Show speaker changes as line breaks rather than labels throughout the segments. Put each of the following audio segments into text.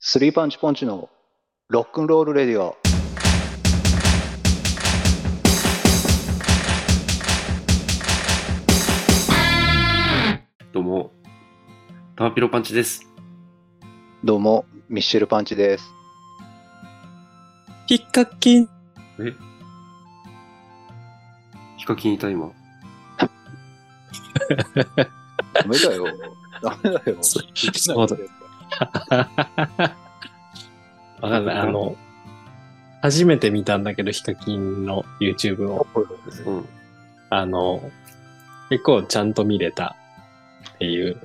スリーパンチポンチのロックンロールレディオ。
どうも、タマピロパンチです。
どうも、ミッシェルパンチです。
ピッカキン。
ヒカキンいた今。
ダメ だよ。ダメだよ。
そうだ。わかんない。あの、初めて見たんだけど、ヒカキンの YouTube を。
うん。
あの、結構ちゃんと見れたっていう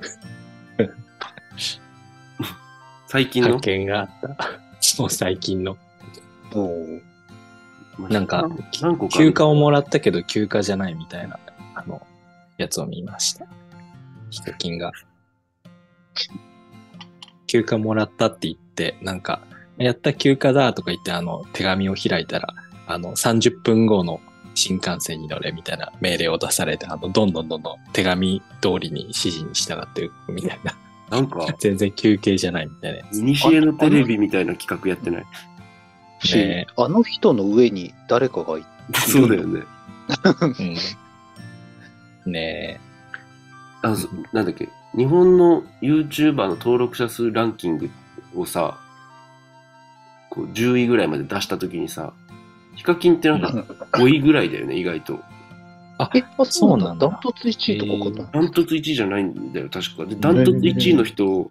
最近の
発見があった。 そう、最近の。
もう、
なんか
何個かある
休暇をもらったけど、休暇じゃないみたいな、あの、やつを見ました。ヒカキンが。休暇もらったって言って、なんか、やった休暇だとか言って、あの、手紙を開いたら、あの、30分後の新幹線に乗れみたいな命令を出されて、あの、どんどんどんどん手紙通りに指示に従っていくみたいな。
なんか、
全然休憩じゃないみたいなや
イニシエのテレビみたいな企画やってない。
し、
ね
あの人の上に誰かがい
そうだよね。
つ。うん。ね
あ、そなんだっけ。日本の YouTuber の登録者数ランキングをさ、こう10位ぐらいまで出したときにさ、ヒカキンってなんか5位ぐらいだよね、意外と。
え、あ、そう
そうな
なん
ん
だ。
だ
ダントツ1位とかかな。
ダントツ1位じゃないんだよ、確か。で、ダントツ1位の人を、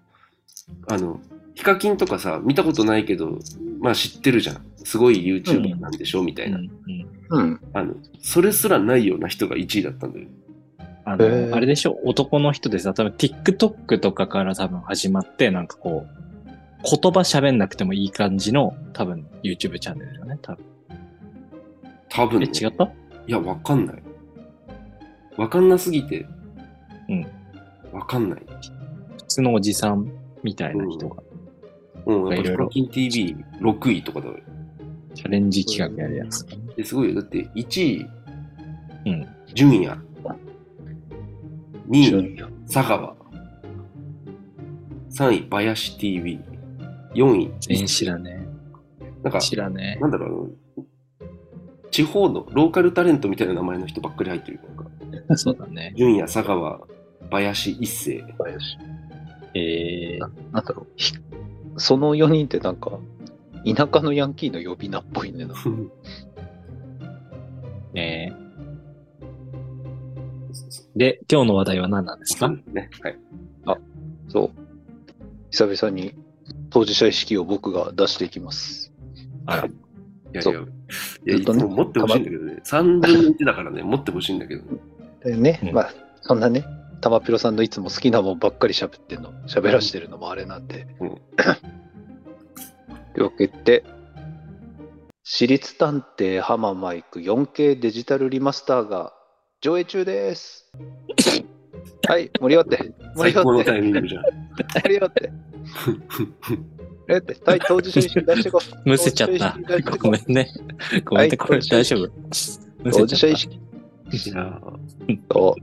あの、ヒカキンとかさ、見たことないけど、まあ知ってるじゃん。すごい YouTuber なんでしょ、みた
え。
いな。
うん
うん。
あの、それすらないような人が1位だったんだよ。
あの、
へー
あれでしょ男の人でさ、多分 TikTok とかから多分始まって、なんかこう、言葉喋んなくてもいい感じの、多分 YouTube チャンネルだよね、多分。
多分、
え、
ね。
違った
いや、わかんない。わかんなすぎて。
うん。
わかんない。
普通のおじさんみたいな人が、
うん、
まあ
やっ
い
ぱ
ろ
ヒ
い
カ
ろ
キン TV6 位とかだよ。
チャレンジ企画やるやつ。
えすごいよ。だって1位、
うん
純也。2位、
順位
佐川。3位、林 TV。4位、
全員知らね
なん
え。
か、
知らね
なんだろうあの、地方のローカルタレントみたいな名前の人ばっかり入ってる。なんか
え。そうだね。
純也、佐川、林、一世。
えー、
なんだろう。ひその4人ってなんか、田舎のヤンキーの呼び名っぽいねな。
ねえ。で、今日の話題は何なんです
そう
か
ですね。はい。
そう。久々に当事者意識を僕が出していきます。
あら
いやい
そ
や、
う
いや
ず
い
っと
つ
ね
も持ってほしいんだけどね。3分の1だからね、持ってほしいんだけどね。
でね、
うん
まあ、そんなね、玉ピロさんのいつも好きなもんばっかり喋ってんの、喋らしてるのもあれなんで。
うん
というわけで、私立探偵ハママイク 4K デジタルリマスターが上映中 です。はい、盛り上がって、盛
最
り上
高
がっ
の
て
タ、イミングじゃん。
盛り上がって、 盛り上がって、はい、当事者意識出してこ
むせちゃった
当事者意識出して。こ
ごめんね。ごめんね、これ
当事
大
者意
丈夫。
当
むせ
事
ち
者
ゃ
意
った。
識
いや
と、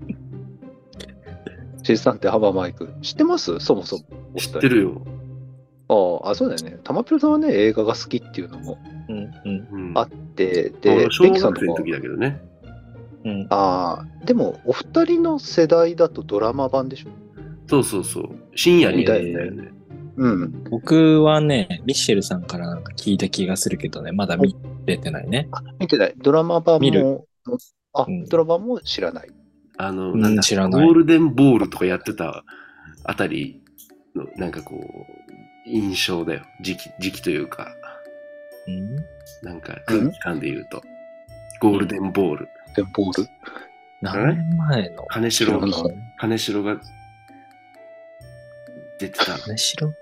C さんってハママイク、知ってますそもそも。
ー知ってるよ。
あああ、そうだよね。玉ピロさんはね、映画が好きっていうのも
うんうん。
うん、
あって、
俺
で
は、小
ベンキさん
学
と
生の
か
時だけどね。
うん、
ああ、でも、お二人の世代だとドラマ版でしょ
そうそうそう。深夜にやってたよね。
うん。
僕はね、ミッシェルさんからなんか聞いた気がするけどね、まだ見れてないね。
あ、見てない。ドラマ版
見
も、あ、
うん
ドラマも知らない。
あの、
うん
なんだ
知らない
ゴールデンボールとかやってたあたりの、なんかこう、印象だよ。時期、時期というか、
うん、
なんか空気感で言うと。ゴールデンボール。
で、ボール
何年前の
金
知ら
城
な
が
い、
金城が出てた。
何しろ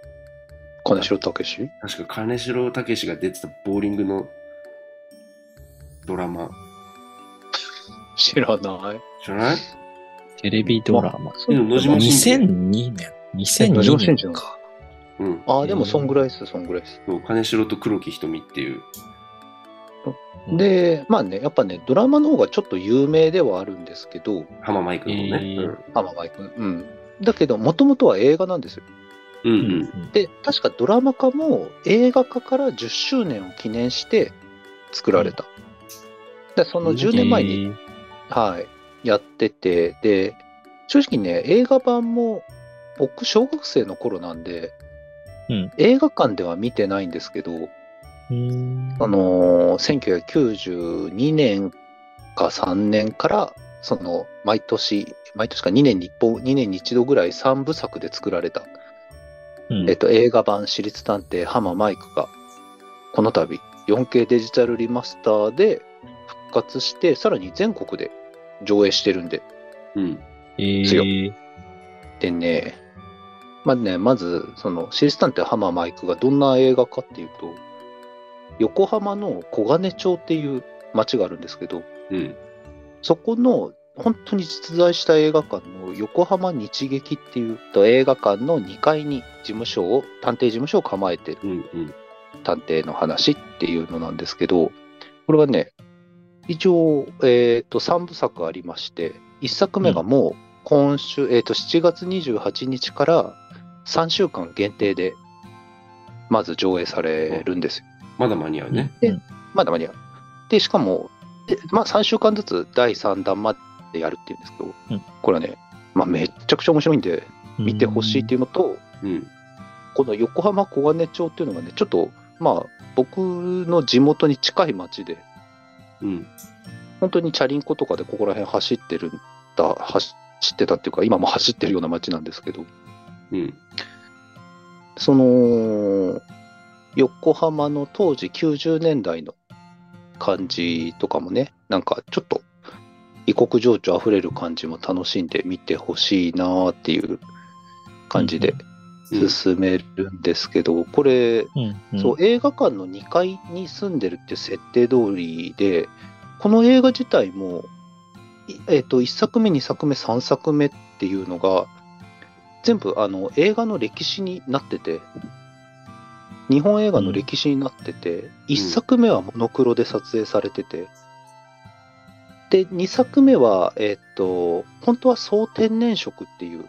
金城武史
確か金城武が出てたボーリングのドラマ。
知らない。
知らない
テレビドラマ。
そう
野島真二
2002年。
野
2002
島真二
年
の
か。
うん。
ああ、でも、そんぐらいです、そんぐらいです。
そう金城と黒木瞳っていう。
うん
で、まあね、やっぱね、ドラマの方がちょっと有名ではあるんですけど、
浜マイクのね。
えー
浜マイク。うん。だけど、もともとは映画なんですよ。
うん。う
うん
うん。
で、確かドラマ化も映画化から10周年を記念して作られた。で、その10年前に、
に。
はい、やってて、で、正直ね、映画版も僕、小学生の頃なんで、
うん
映画館では見てないんですけど、
うん
あのー1992年か3年から、その、毎年、毎年か2年に1本、2年に1度ぐらい3部作で作られた、
うん
えっと、映画版私立探偵浜マイクが、この度、4K デジタルリマスターで復活して、さらに全国で上映してるんで、
うん。
え
強
ー
でね、まあね、まず、その、私立探偵浜マイクがどんな映画かっていうと、横浜の小金町っていう町があるんですけど、
うん。
そこの本当に実在した映画館の横浜日劇っていうと映画館の2階に事務所を探偵事務所を構えてる
うん。うん。
探偵の話っていうのなんですけどこれはね一応、えー、と3部作ありまして1作目がもう今週、えー、と7月28日から3週間限定でまず上映されるんですよ
まだ間に合うね。
うん
まだ間に合う。で、しかも、でまあ、3週間ずつ第3弾までやるっていうんですけど、
うん
これはね、まあ、めっちゃくちゃ面白いんで、見てほしいっていうのと、
うん。
この横浜小金町っていうのがね、ちょっと、まあ、僕の地元に近い町で、
うん。
本当にチャリンコとかでここら辺走ってるんだ、走ってたっていうか、今も走ってるような町なんですけど、
うん。
その横浜の当時90年代の感じとかもねなんかちょっと異国情緒あふれる感じも楽しんで見てほしいなーっていう感じで
うん
進めるんですけど、これ、
うんうん
そう映画館の2階に住んでるって設定通りでこの映画自体も、いえっと1作目2作目3作目っていうのが全部あの映画の歴史になってて日本映画の歴史になってて、1作目はモノクロで撮影されてて、で2作目は、えっと本当は総天然色っていう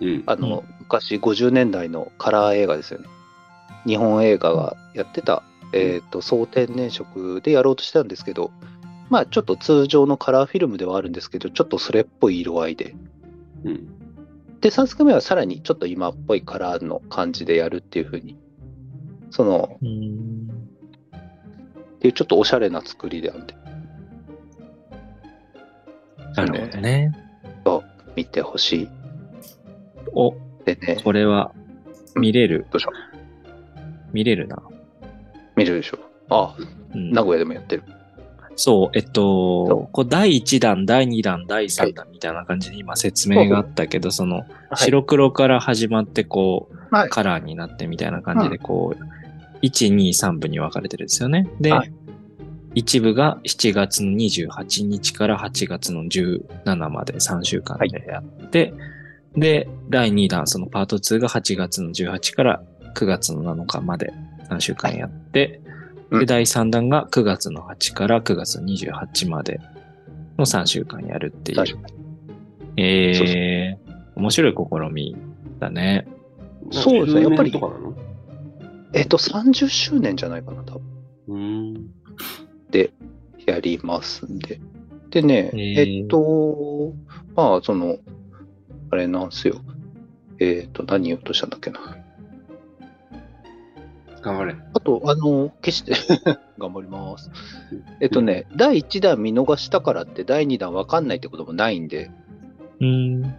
うん。
あの、昔50年代のカラー映画ですよね。日本映画がやってた、えっと総天然色でやろうとしてたんですけど、まあちょっと通常のカラーフィルムではあるんですけど、ちょっとそれっぽい色合いで。
うん。
で、3作目はさらにちょっと今っぽいカラーの感じでやるっていう風に、その、
うん
っていうちょっとおしゃれな作りであって、
なるほどね。
見てほしい。
お、
でね、
これは見れる。
どうしよ
見れるな。
見るでしょ。ああ、
うん
名古屋でもやってる。
そう、えっ
そ
と、こう第1弾、第2弾、第3弾みたいな感じで今説明があったけど、その白黒から始まって、こう、
はい
カラーになってみたいな感じで、こう、1、2、3部に分かれてるんですよね。で、
は
一部が7月の28日から8月の17まで3週間でやって、で、第2弾、そのパート2が8月の18から9月の7日まで3週間やって、
うん
で、第3弾が9月の8から9月の28までの3週間やるっていう
確。そうそう
えー、面白い試みだね。
そうですねやっぱり
とかなの
えっと、30周年じゃないかな、多分。
うん。
やりますんで。でね、
へー
えっと、まあ、その、あれなんすよ。えっと、何言おうとしたんだっけな。
頑張れ。
あと、あの、決して、 頑張ります。えっとね、第1弾見逃したからって、第2弾わかんないってこともないんで、
うん。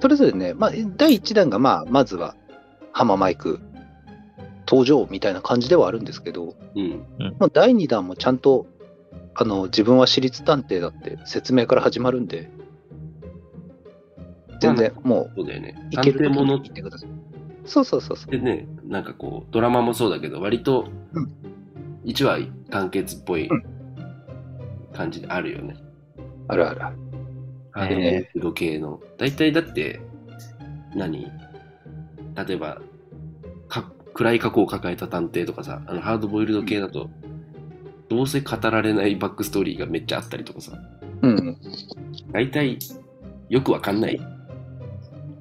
それぞれね、まあ、第1弾が、まあ、まずは、浜マイク、登場みたいな感じではあるんですけど、
うん。
まあ、第2弾もちゃんと、あの、自分は私立探偵だって説明から始まるんで、全然、もう、
そうだよね。
いけ
探
る
偵
と
も
こ
の
に
っ
行ってください。そうそうそうそう。
てね、なんかこう、ドラマもそうだけど、割と
う、
1話完結っぽいう感じであるよね。
あるあるある。
ハードモード系の。大体だって、何例えばか、暗い過去を抱えた探偵とかさ、あのハードボイルド系だと、どうせ語られないバックストーリーがめっちゃあったりとかさ、
うん。
大体よくわかんない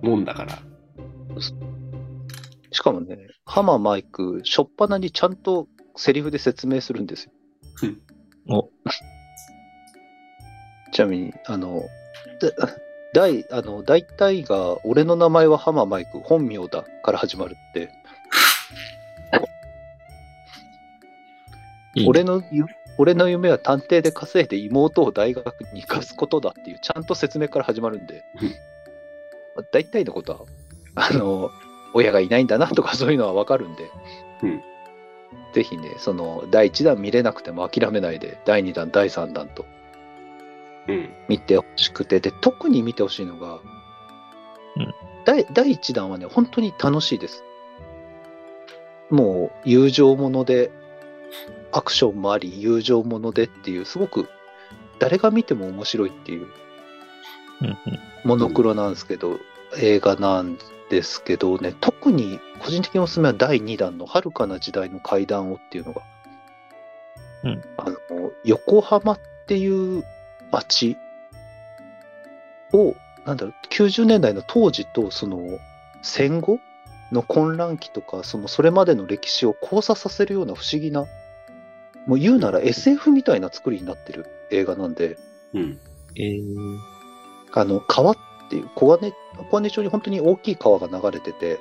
もんだから、
しかもね、ハマーマイク、しょっぱなにちゃんとセリフで説明するんですよ。
お
ちなみに、あの、だ 大、あの、大体が、俺の名前はハマーマイク、本名だから始まるって、
いいね
俺のゆ、俺の夢は探偵で稼いで妹を大学に行かすことだっていう、ちゃんと説明から始まるんで
うん、
まあ大体のことは、あの、親がいないんだなとかそう いうのはわかるんで、
うん
ぜひね、その、第1弾見れなくても諦めないで、第2弾、第3弾と
うん、
見てほしくて、で、特に見てほしいのが、
うん
第第1弾はね、本当に楽しいです。もう、友情もので、アクションもあり、友情ものでっていう、すごく、誰が見ても面白いっていう、
うんうん
モノクロなんですけど、映画なんですけどね、特に個人的におすすめは第2弾の「遥かな時代の階段を」っていうのが、
うん
あの横浜っていう街を、なんだろう、90年代の当時とその戦後の混乱期とか、そのそれまでの歴史を交差させるような不思議な、もう言うなら SF みたいな作りになってる映画なんで、
うん、
えー、
あの川っていう小金小金町に本当に大きい川が流れてて、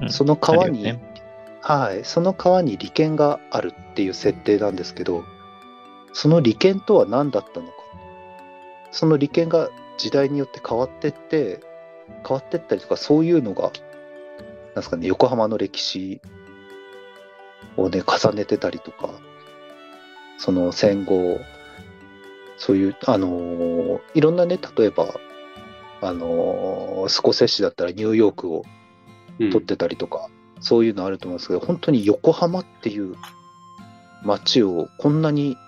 うん
その川に、
あるよね
はいその川に利権があるっていう設定なんですけどその利権とは何だったのかその利権が時代によって変わってって変わってったりとかそういうのがなんですかね横浜の歴史をね重ねてたりとかその戦後そういう、あのーいろんなね、例えば、あのースコセッシだったらニューヨークを
うん
撮ってたりとか、そういうのあると思うんですけど、本当に横浜っていう街をこんなに、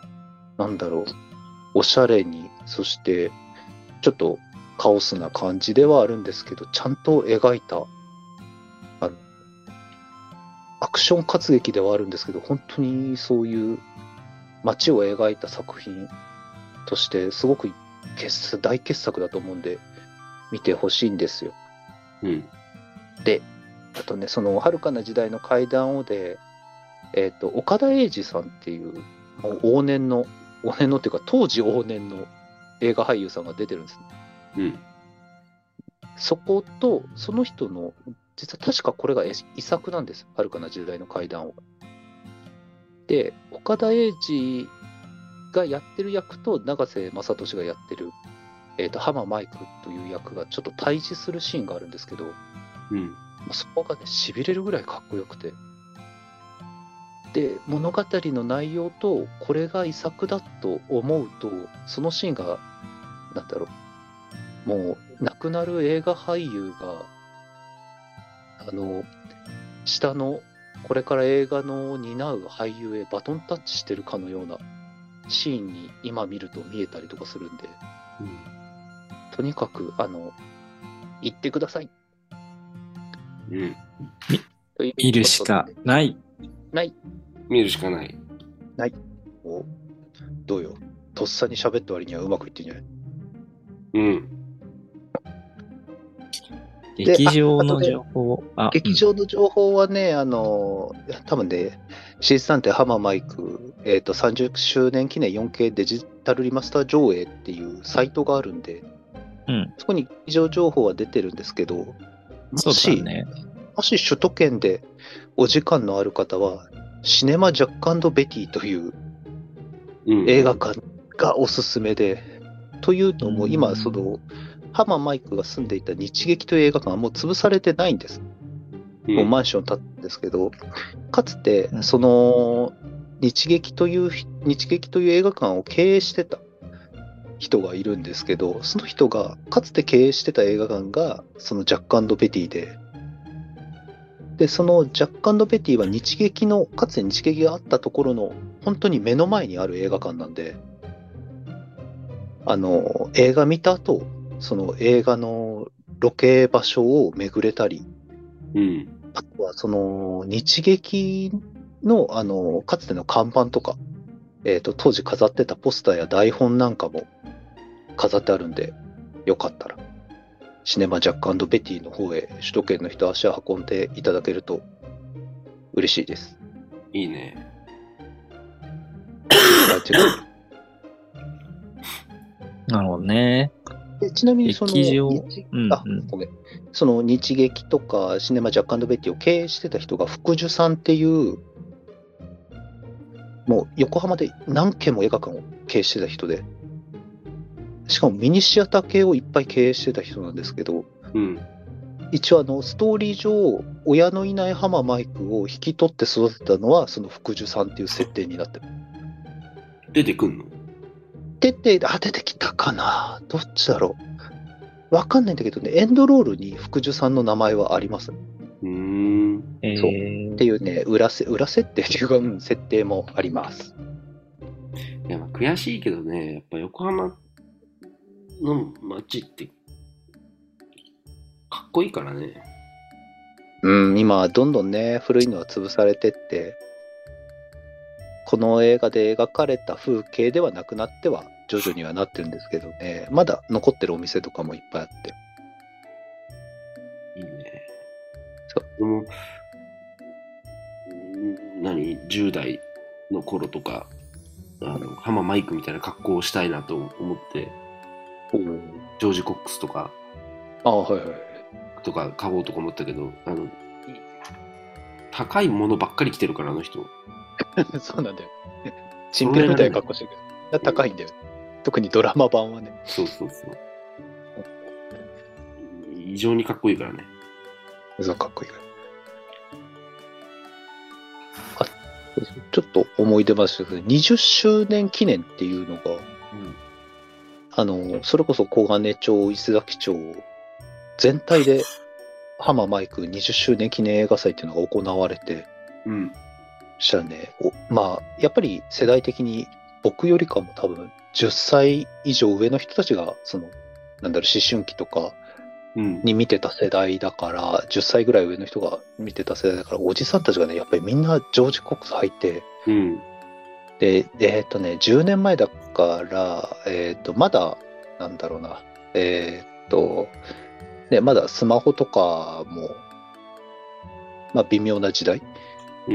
なんだろう、おしゃれに、そして、ちょっとカオスな感じではあるんですけど、ちゃんと描いた、あのアクション活劇ではあるんですけど、本当にそういう街を描いた作品として、すごく傑作大傑作だと思うんで、見てほしいんですよ。
うん、
で、あとね、その、遥かな時代の階段をで、えっ、と、岡田英二さんっていう、もう往年の、往年のっていうか、当時往年の映画俳優さんが出てるんですね。
うん、
そこと、その人の、実は確かこれがえ遺作なんです。遥かな時代の階段を。で、岡田英二がやってる役と、永瀬正敏がやってる、えっ、と、浜マイクという役がちょっと対峙するシーンがあるんですけど、
うん、
もうそこがね、痺れるぐらいかっこよくて。で、物語の内容と、これが遺作だと思うと、そのシーンが、なんだろう、もう、亡くなる映画俳優が、あの、下の、これから映画の担う俳優へバトンタッチしてるかのようなシーンに今見ると見えたりとかするんで、とにかく、あの、行ってください
うん、
ということで
見るしかない。
見るしかない。
おどうよ。とっさに喋った割にはうまくいってんじゃない
うん、
で
劇場
ああ
の
とで
情報を。あ
劇場の情報はね、あの、多分ね、シーズ探偵ハマーマイク、えっ、と、30周年記念 4K デジタルリマスター上映っていうサイトがあるんで、
うん
そこに劇場情報は出てるんですけど、
うん
も
そう
し、
だね。
もし首都圏でお時間のある方は、シネマ・ジャックベティという
うん、
映画館がおすすめで。というのも、
う
今、
ん
その、ハママイクが住んでいた日劇という映画館はもう潰されてないんです。もうマンション建ったんですけど、かつて
う、ん
その、日劇という、日劇という映画館を経営してた人がいるんですけど、その人が、かつて経営してた映画館が、そのジャックペティで、で、そのジャックペティは日劇の、かつて日劇があったところの、本当に目の前にある映画館なんで、あの、映画見た後、その映画のロケ場所を巡れたり、
うん、
あとはその日劇のあのかつての看板とかえっ、と、当時飾ってたポスターや台本なんかも飾ってあるんで、よかったら、シネマジャックベティの方へ、首都圏の人足を運んでいただけると嬉しいです。
いいね。
あちな
なるほどね。
でちなみにその
劇場
日
うん
あ
うん
ごめんその日劇とかシネマジャックベティを経営してた人が福寿さんっていうもう横浜で何軒も映画館を経営してた人でしかもミニシアター系をいっぱい経営してた人なんですけど
うん。
一応あのストーリー上親のいない浜マイクを引き取って育てたのはその福寿さんっていう設定になってる
出てくんの
出て、あ、出てきたかなどっちだろうわかんないんだけどね、エンドロールに福寿さんの名前はあります。っ
うーん。
え
そう
ー、
ていうね、裏せ裏設定っていうか、うん設定もあります。
いや、まあ悔しいけどね、やっぱ横浜の街って、かっこいいからね。
うん、今、どんどんね、古いのは潰されてって、この映画で描かれた風景ではなくなっては、徐々にはなってるんですけどね、まだ残ってるお店とかもいっぱいあって。
いいね。
そう
でも、ん何 ?10 代の頃とか、あの、ハママイクみたいな格好をしたいなと思って、ジョージ・コックスとか、
ああ、はいはい。
とか買おうとか思ったけど、あの、い高いものばっかり着てるから、あの人。
そうなんだよ。 チンピラみたいな格好してるけど、だから高いんだよ。特にドラマ版はね。
そうそうそう。異常にかっこいいからね。
そうかっこいいからあそうそうちょっと思い出ますけど、20周年記念っていうのが、あの、それこそ小金町、伊勢崎町、全体で、浜マイク20周年記念映画祭っていうのが行われて、
うん。うん。
したらね、おまあ、やっぱり世代的に僕よりかも多分10歳以上上の人たちが、その、なんだろう、思春期とか
うん。
に見てた世代だから、10歳ぐらい上の人が見てた世代だから、おじさんたちがね、やっぱりみんなジョージ・コックス履いて、
うん。
で、えっ、とね、10年前だから、えっ、と、まだ、なんだろうな、えっ、と、ね、まだスマホとかも、まあ微妙な時代
う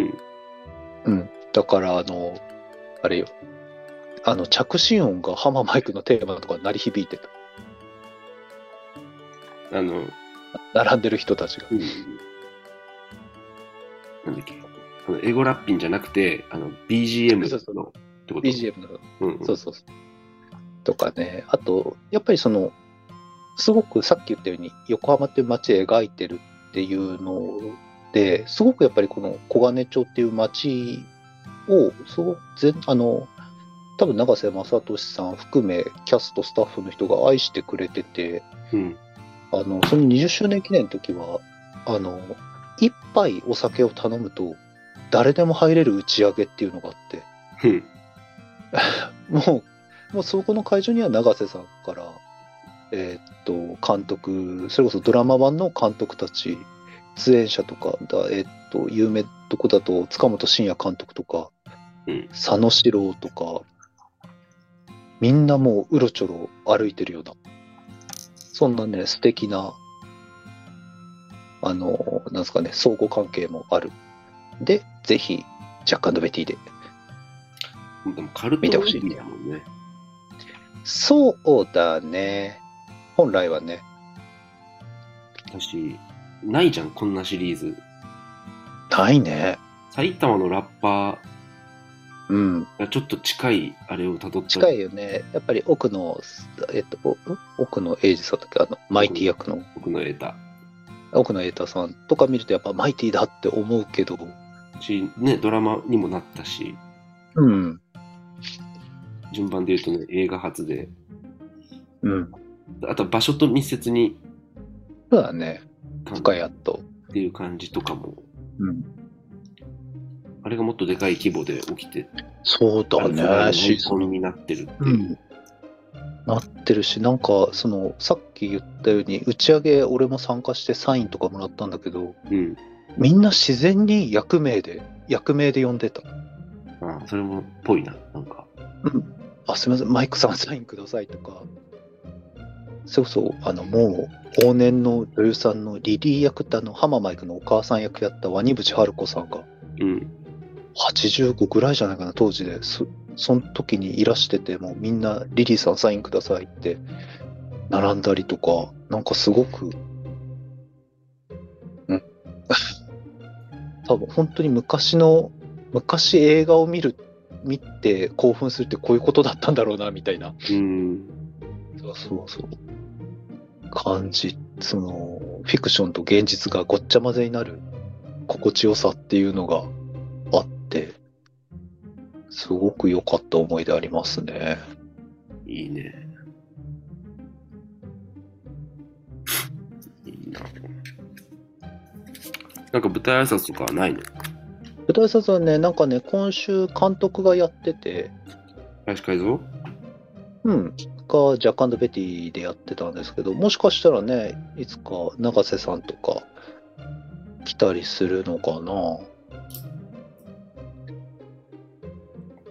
う
ん。
ん。だから、あの、あれよ。あの、着信音がハマーマイクのテーマとかに鳴り響いてた。
あの、
並んでる人たちが。
うんなんだっけあのエゴラッピンじゃなくて、あの、BGM の
そうそうそう
ってこと
BGM の。
うんうん
そうそうそう。とかね。あと、やっぱりその、すごくさっき言ったように、横浜っていう街を描いてるっていうので、すごくやっぱりこの小金町っていう街を、すごく全、あの、多分永瀬正敏さん含め、キャスト、スタッフの人が愛してくれてて、
うん。
あの、その20周年記念の時は、あの、一杯お酒を頼むと、誰でも入れる打ち上げっていうのがあって、
うん。
もう、もうそこの会場には永瀬さんから、えーっと、監督、それこそドラマ版の監督たち、出演者とか、だえーっと、有名どこだと、塚本慎也監督とか、
うん
佐野史郎とか、みんなもううろちょろ歩いてるような、そんなね、素敵な、あの、なんですかね、相互関係もある。で、ぜひ、ジャックベティで
でも、カルト
見てほしい
演技だもんね。
そうだね。本来はね。
私、ないじゃん、こんなシリーズ。
ないね。
埼玉のラッパ
うん。
ーがちょっと近いあれをたどった。
近いよね。やっぱり奥の、えっと、おん奥野英二さんだっけあの、マイティ役の、
僕の得た。
奥野瑛太さんとか見るとやっぱマイティだって思うけど、
し、ね、ドラマにもなったし、
うん。
順番で言うとね、映画初で、
うん。
あとは場所と密接に
そうだね。
関
深谷と。
っていう感じとかも、
うん。
あれがもっとでかい規模で起きて、
そうだ
あれが
ね。シーズ
本
ン
になってるって
う
い
ん
う。
なってるし、なんか、その、さっき言ったように、打ち上げ、俺も参加してサインとかもらったんだけど、
うん。
みんな自然に役名で、役名で呼んでた。
あうん、それも、ぽいな、なんか。
あ、すみません、マイクさんサインくださいとか、そうそう、あの、もう、往年の女優さんのリリー役ってあの、浜マイクのお母さん役やったワニブチハルコさんが、
うん。
85ぐらいじゃないかな、当時で。そその時にいらしてて、もうみんなリリーさんサインくださいって、並んだりとか、なんかすごく、うん。 多分本当に昔の、昔映画を見る、見て興奮するってこういうことだったんだろうな、みたいな。
うん。
そうそうそう。感じ、その、フィクションと現実がごっちゃ混ぜになる心地よさっていうのがあって、すごく良かった思い出ありますね。
いいね。いいな。なんか舞台挨拶とかはないの
舞台挨拶はね、なんかね、今週監督がやってて、
林海蔵
うん、がジャックベティでやってたんですけど、もしかしたらね、いつか永瀬さんとか来たりするのかな。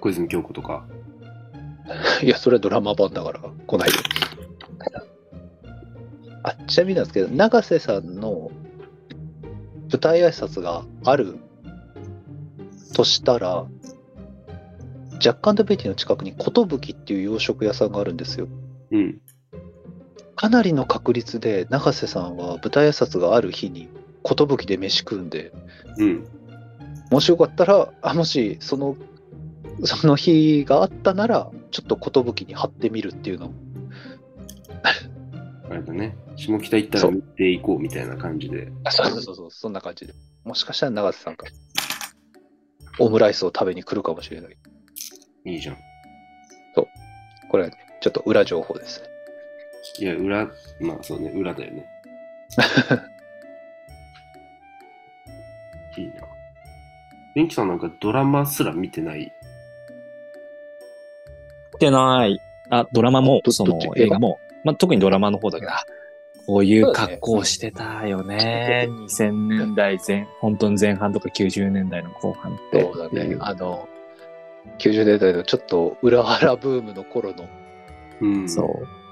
小泉京子とか。
いや、それはドラマ版だから、来ないよ。あちなみになんですけど、永瀬さんの舞台挨拶があるとしたら、ジャックベティの近くに寿っていう洋食屋さんがあるんですよ。
うん。
かなりの確率で永瀬さんは舞台挨拶がある日に寿で飯食うんで、
うん。
もしよかったら、あもしそのその日があったなら、ちょっと寿に貼ってみるっていうのも
あれだね。下北行ったら見ていこうみたいな感じで。
あ そうそうそうそう、そんな感じで。もしかしたら永瀬さんからオムライスを食べに来るかもしれない。
いいじゃん。
これはね、ちょっと裏情報ですね。
いや、裏、まあそうね、裏だよ ね。いいな。元気さんなんかドラマすら見てない。
見てない。あ、ドラマも、
ど
そ
ど
の
っち
映画も、まあ、特にドラマの方だけど、あこういう格好してたよね。2000年代前、本当に前半とか90年代の後半って。
うだ
ね
あの、90年代のちょっと裏腹ブームの頃の
うん。
そ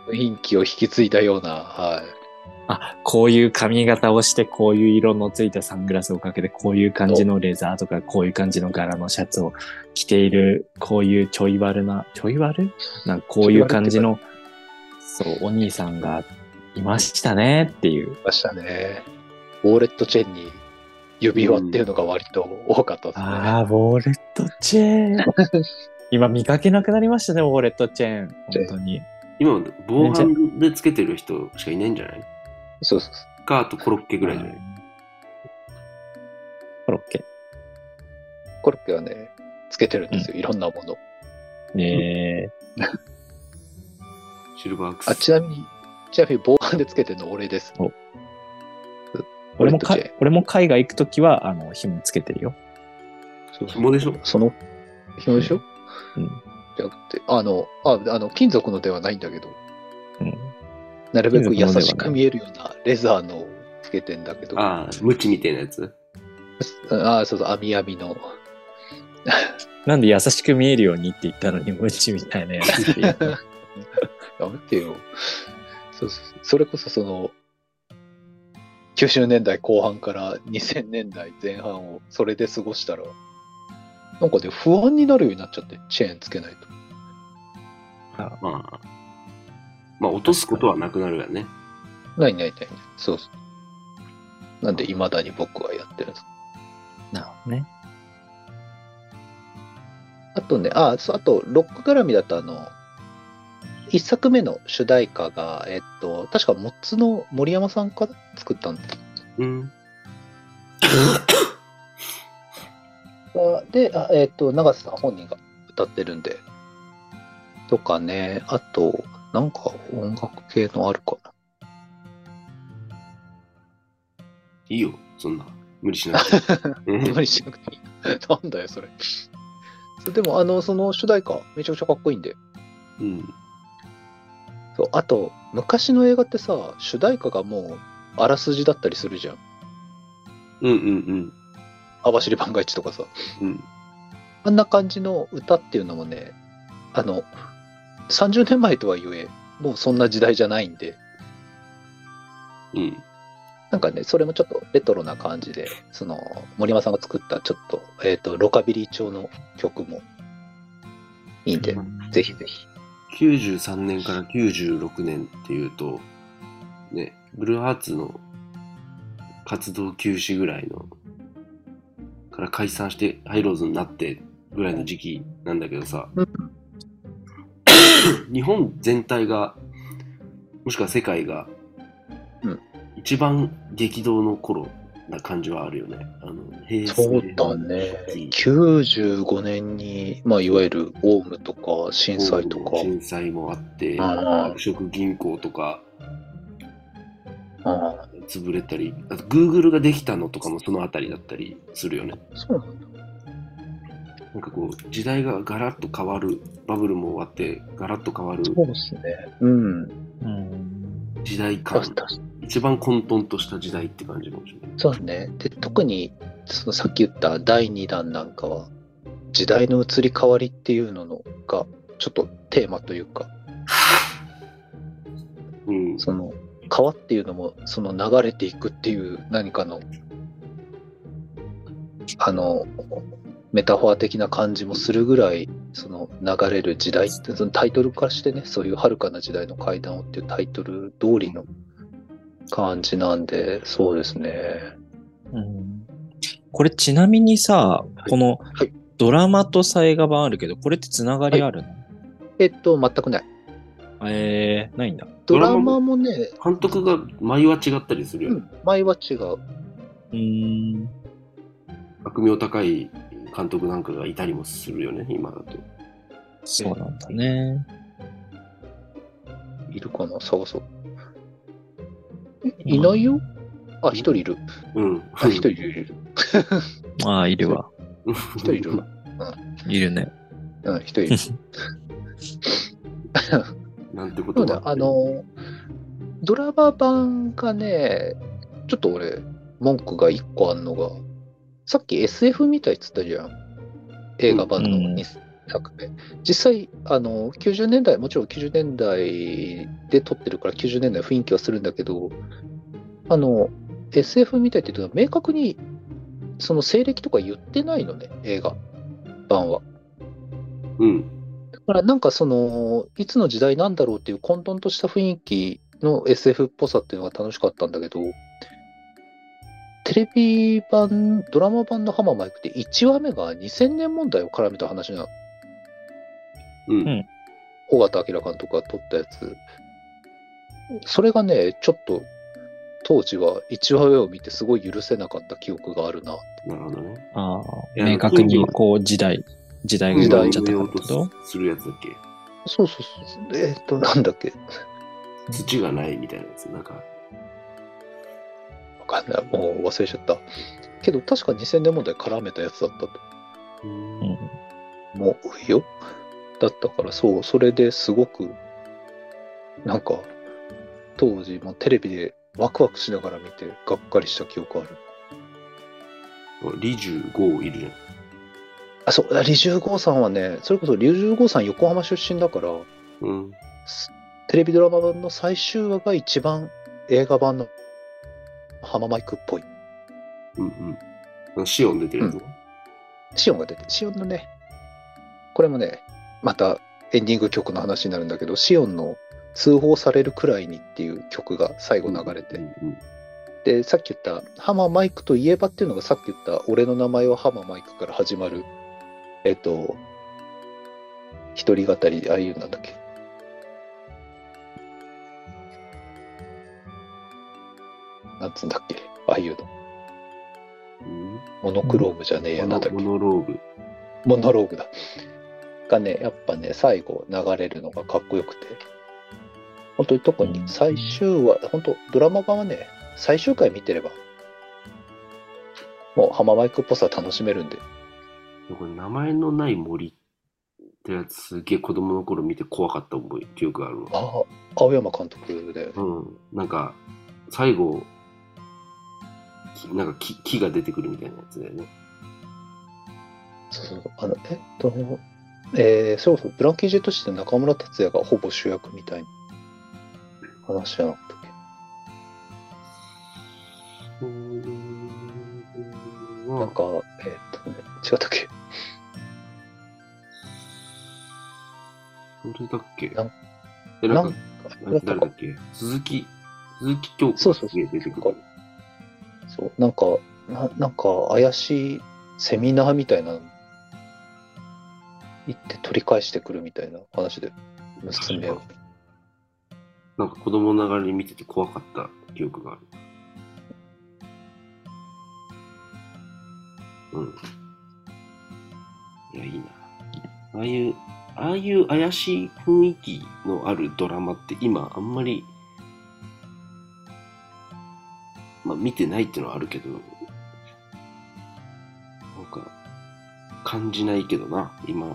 う。
雰囲気を引き継いだような、はい。
あ、こういう髪型をして、こういう色のついたサングラスをかけて、こういう感じのレザーとか、こういう感じの柄のシャツを着ている、こういうちょい悪な、ちょい悪なんかこういう感じの、そう、お兄さんがいましたねっていう。
ましたね。ウォーレットチェーンに指輪っていうのが割と多かったですね。
ああ、ウォレットチェーン。 今見かけなくなりましたね、ウォレットチェーン。本当に。
今も防犯でつけてる人しかいないんじゃない
そうそうそ
か、あとコロッケぐらいじゃない
コロッケ。
う。コロッケはね、つけてるんですよ。いろんなもの。
ねえ
シルバーアク
あ、
ス。
ちなみに、ちなみに防犯でつけてるの俺です。
お
ウォレ
俺
ッ
も
ト
か
チェーン、
俺も海外行くときは、あの、紐つけてるよ。
そうそう
紐でしょ
その、紐でしょ
うん。
じゃなくて、あの、ああの金属のではないんだけど、
うん。
なるべく優
金
し
属のではな
く
い
見えるようなレザーのをつけてんだけど、
ああ、ムチみたいなやつ。
あそうそう、網網の。
なんで優しく見えるようにって言ったのに、無知みたいなやつっていう
やめてよ。そうそうそうそれこそその、90年代後半から2000年代前半をそれで過ごしたら、なんかね、不安になるようになっちゃって、チェーンつけないと。
まあ、まあ落とすことはなくなるよね。
ないないない。そうそう。なんで、未だに僕はやってるんです。
なるほどね。
あとね、あ、そう、あと、ロック絡みだと、あの、一作目の主題歌が、えっと、確か、モッツの森山さんから作ったんです
うん。
がで、あえっと、永瀬さん本人が歌ってるんで、とかね、あと、なんか音楽系のあるかな。
いいよ、そんな。無理しなくて。 うん
無理しなくていい。 なんだよ、それ。そうでも、あの、その主題歌、めちゃくちゃかっこいいんで。
うん。
そうあと昔の映画ってさ主題歌がもうあらすじだったりするじゃん
うんうんうん。
網走番外地とかさ
うん。
あんな感じの歌っていうのもね、あの、30年前とはいえ、もうそんな時代じゃないんで、
うん。
なんかね、それもちょっとレトロな感じで、その、森山さんが作ったちょっと、えっ、と、ロカビリー調の曲もいいんで、ぜひぜひ。
93年から96年っていうと、ね、ブルーハーツの活動休止ぐらいの、から解散してハイローズになってぐらいの時期なんだけどさ
うん、
日本全体が、もしくは世界が
うん、
一番激動の頃な感じはあるよね。あの平成
そうだね。95年に、まあ、いわゆるオウムとか震災とか、
震災もあって、
ああ
拓殖銀行とか
ああ
潰れたり、あと Google ができたのとかもそのあたりだったりするよね。
そうなんだ。
なんかこう、時代がガラッと変わる、バブルも終わって、ガラッと変わる
そうですね。うん。
うん。
時代感
確、か
一番混沌とした時代って感じかもしれない。
そうね。で、特に、そのさっき言った第2弾なんかは、時代の移り変わりっていうののが、ちょっとテーマというか、
うん、
その、変わっていうのも、その流れていくっていう何かの、あの、メタファー的な感じもするぐらい、その流れる時代って、そのタイトル化してね、そういう遥かな時代の階段をっていうタイトル通りの感じなんで、そうですね。
うんこれちなみにさ、この
はい
ドラマとさ映画版あるけど、これってつながりあるの、
えっと、全くない。
えー、ないんだ。
ド
ド
ラ
ラ
マ
マ
もね、
監督が前は違ったりするよ
う
ね。
ん、前は違う。
うーん。
悪名高い監督なんかがいたりもするよね、今だと。
そうなんだね。
いるかな探そう。えいないよあ、一人いる。
うん。
あ、一人 いる、いる。
ああ、いるわ。
一人いるわ。
いるね。
うん、一人いる。
なんてこ
そ
と
うだ、あの、ドラマ版がね、ちょっと俺、文句が一個あんのが、さっき SF みたいっつったじゃん。映画版の
うん
2作目。実際、あの、90年代、もちろん90年代で撮ってるから90年代の雰囲気はするんだけど、あの、SF みたいって言うと、明確に、その西暦とか言ってないのね、映画版は。
うん。
だからなんかそのいつの時代なんだろうっていう混沌とした雰囲気の SF っぽさっていうのが楽しかったんだけどテレビ版ドラマ版の「ハマーマイク」って1話目が2000年問題を絡めた話なの
うん。
うん
尾形明監督が撮ったやつそれがねちょっと当時は1話目を見てすごい許せなかった記憶があるな
なるほどね。
ああ、
いや
明確にこう時代、時代が
時
変わ
代
っちゃった
埋
か
め
らっ
よ
て
う
こと
とするやつだっけ
そうそうそうえっ、となんだっけ
土がないみたいなやつ。なんか、
わかんないもう忘れちゃったけど確か2000年問題絡めたやつだったと
うん
もうよだったからそうそれですごくなんか当時もテレビでワクワクしながら見てがっかりした記憶ある
リジュゴーいるじゃん。
あそうあリジュウゴーさんはねそれこそリジュウゴーさん横浜出身だから
うん。
テレビドラマ版の最終話が一番映画版の浜マイクっぽい
うんうん。シオン出てるやつね。
シオンが出てシオンのねこれもねまたエンディング曲の話になるんだけどシオンの通報されるくらいにっていう曲が最後流れて、
うん
でさっき言った「ハママイクといえば」っていうのがさっき言った「俺の名前はハママイク」から始まるえっと一人語りああいうなんだっけなんつうんだっけああいうの
うんうん
モノクロームじゃねえや、なんだっけ
モノローグ。
モノローグだがねやっぱね最後流れるのがかっこよくて本当に特に最終話本当ドラマ版はね最終回見てればもう浜マイクっぽさ楽しめるんで
これ名前のない森ってやつすげえ子供の頃見て怖かった思い、記憶があるわ。
ああ青山監督で
うん。なんか、最後、きなんか木木が出てくるみたいなやつだよね。
そうそうそうあのえっとえー、それこそブランキー・ジェット・シティの中村達也がほぼ主役みたいな話じゃなかったっけ
な
なんか、えーっとね、違ったっけ
それだっけ
なん
え、
な
なんん
か
か、
なんか
誰だっけ鈴木、鈴木京子
そうそう
すげえ出てくる。
そう、なんか、ななんか怪しいセミナーみたいなの行って取り返してくるみたいな話で、娘を。
なんか子供ながらに見てて怖かった記憶がある。うん。いや、いいな。ああいう、ああいう怪しい雰囲気のあるドラマって今あんまり、まあ見てないっていうのはあるけど、なんか感じないけどな、今。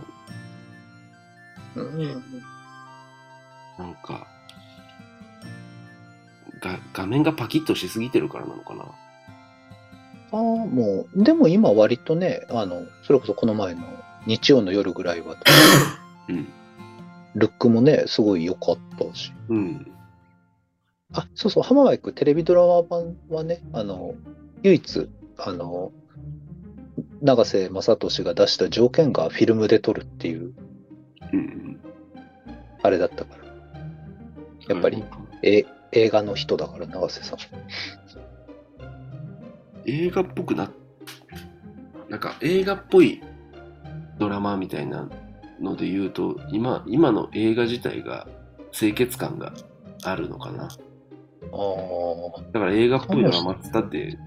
なんか、が画面がパキッとしすぎてるからなのかな。
ああ、もう、でも今割とね、あの、それこそこの前の日曜の夜ぐらいは、
うん。
ルックもね、すごい良かったし。
うん。
あ、そうそう、浜川君テレビドラマ版はね、あの、唯一、あの、永瀬正敏が出した条件がフィルムで撮るっていう、
うん。
あれだったから。やっぱり
あ。
え映画の人だから、永瀬さん。
映画っぽくな、なんか映画っぽいドラマみたいなので言うと、今、今の映画自体が清潔感があるのかな。
ああ、
だから映画っぽいドラマって言ったって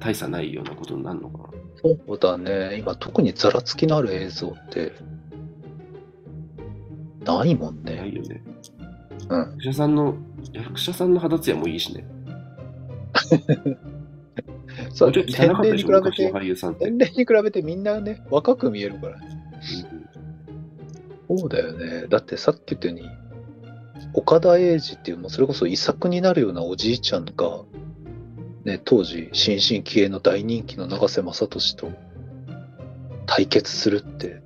大差ないようなことになるのか
そうだね。今、特にざらつきのある映像って、ないもん
な。な
ね。
いよね。
うん。
役者さんの、役者さんの肌ツヤもいいしね。
そ
も
う、
ちょっと
年齢
汚かったで
に
し
比
ょ、
べ
昔の
て、
俳優さんって。
年齢に比べてみんなね、若く見えるから。
うん
そうだよね。だってさっき言ったように、岡田英二っていう、もうそれこそ遺作になるようなおじいちゃんが、ね、当時、新進気鋭の大人気の永瀬正敏と対決するって、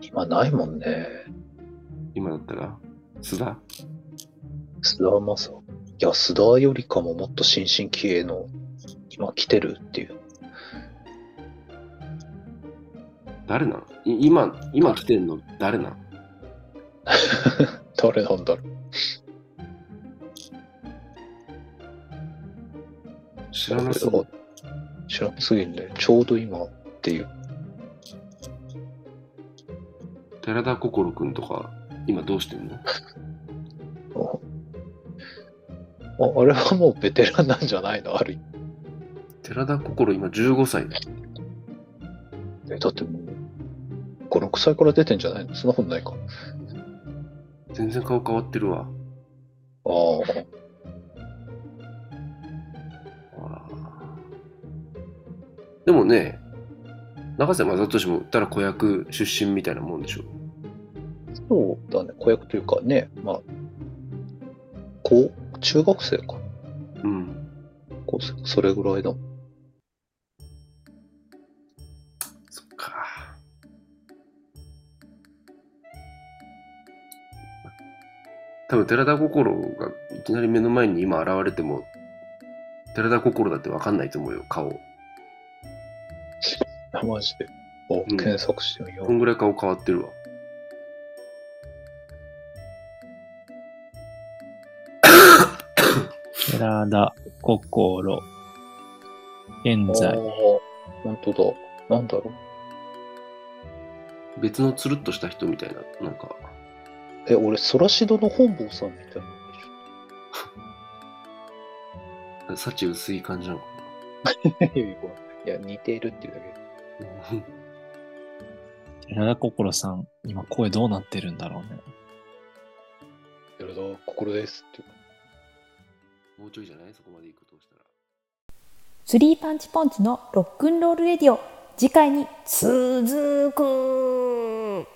今ないもんね。
今だったら須田
菅田正夫。いや、須田よりかももっと新進気鋭の、今来てるっていう。
誰なのい今今来てんの誰なの
誰なんだろう。
知らなそう
知らんすぎるね。ちょうど今っていう。
寺田心君とか今どうしてんの
ああれはもうベテランなんじゃないのある意
寺田心今15歳だよ
味えだってもう56歳から出てんじゃないのそんなことないかあ
全然顔変わってるわ
あ
ほらでもね永瀬正敏も言ったら子役出身みたいなもんでしょ
そうだね子役というかねまあ高中学生か
うん
高生それぐらいだ
そっか多分寺田心がいきなり目の前に今現れても寺田心だって分かんないと思うよ顔
マジでお
ん
検索してみよう、
こんぐらい顔変わってるわ。
寺田心。現
ああ
在。
本当だなんだろう
別のつるっとした人みたいな、なんか、
え俺ソラシドの本坊さんみたいな
幸薄い感じなのか
いや似ているっていうだ
な。
寺田心さん、今声どうなってるんだろうね。
けで寺田心ですっていう
もうちょいじゃないそこまで行くとしたら。
スリーパンチポンチのロックンロールレディオ次回に続く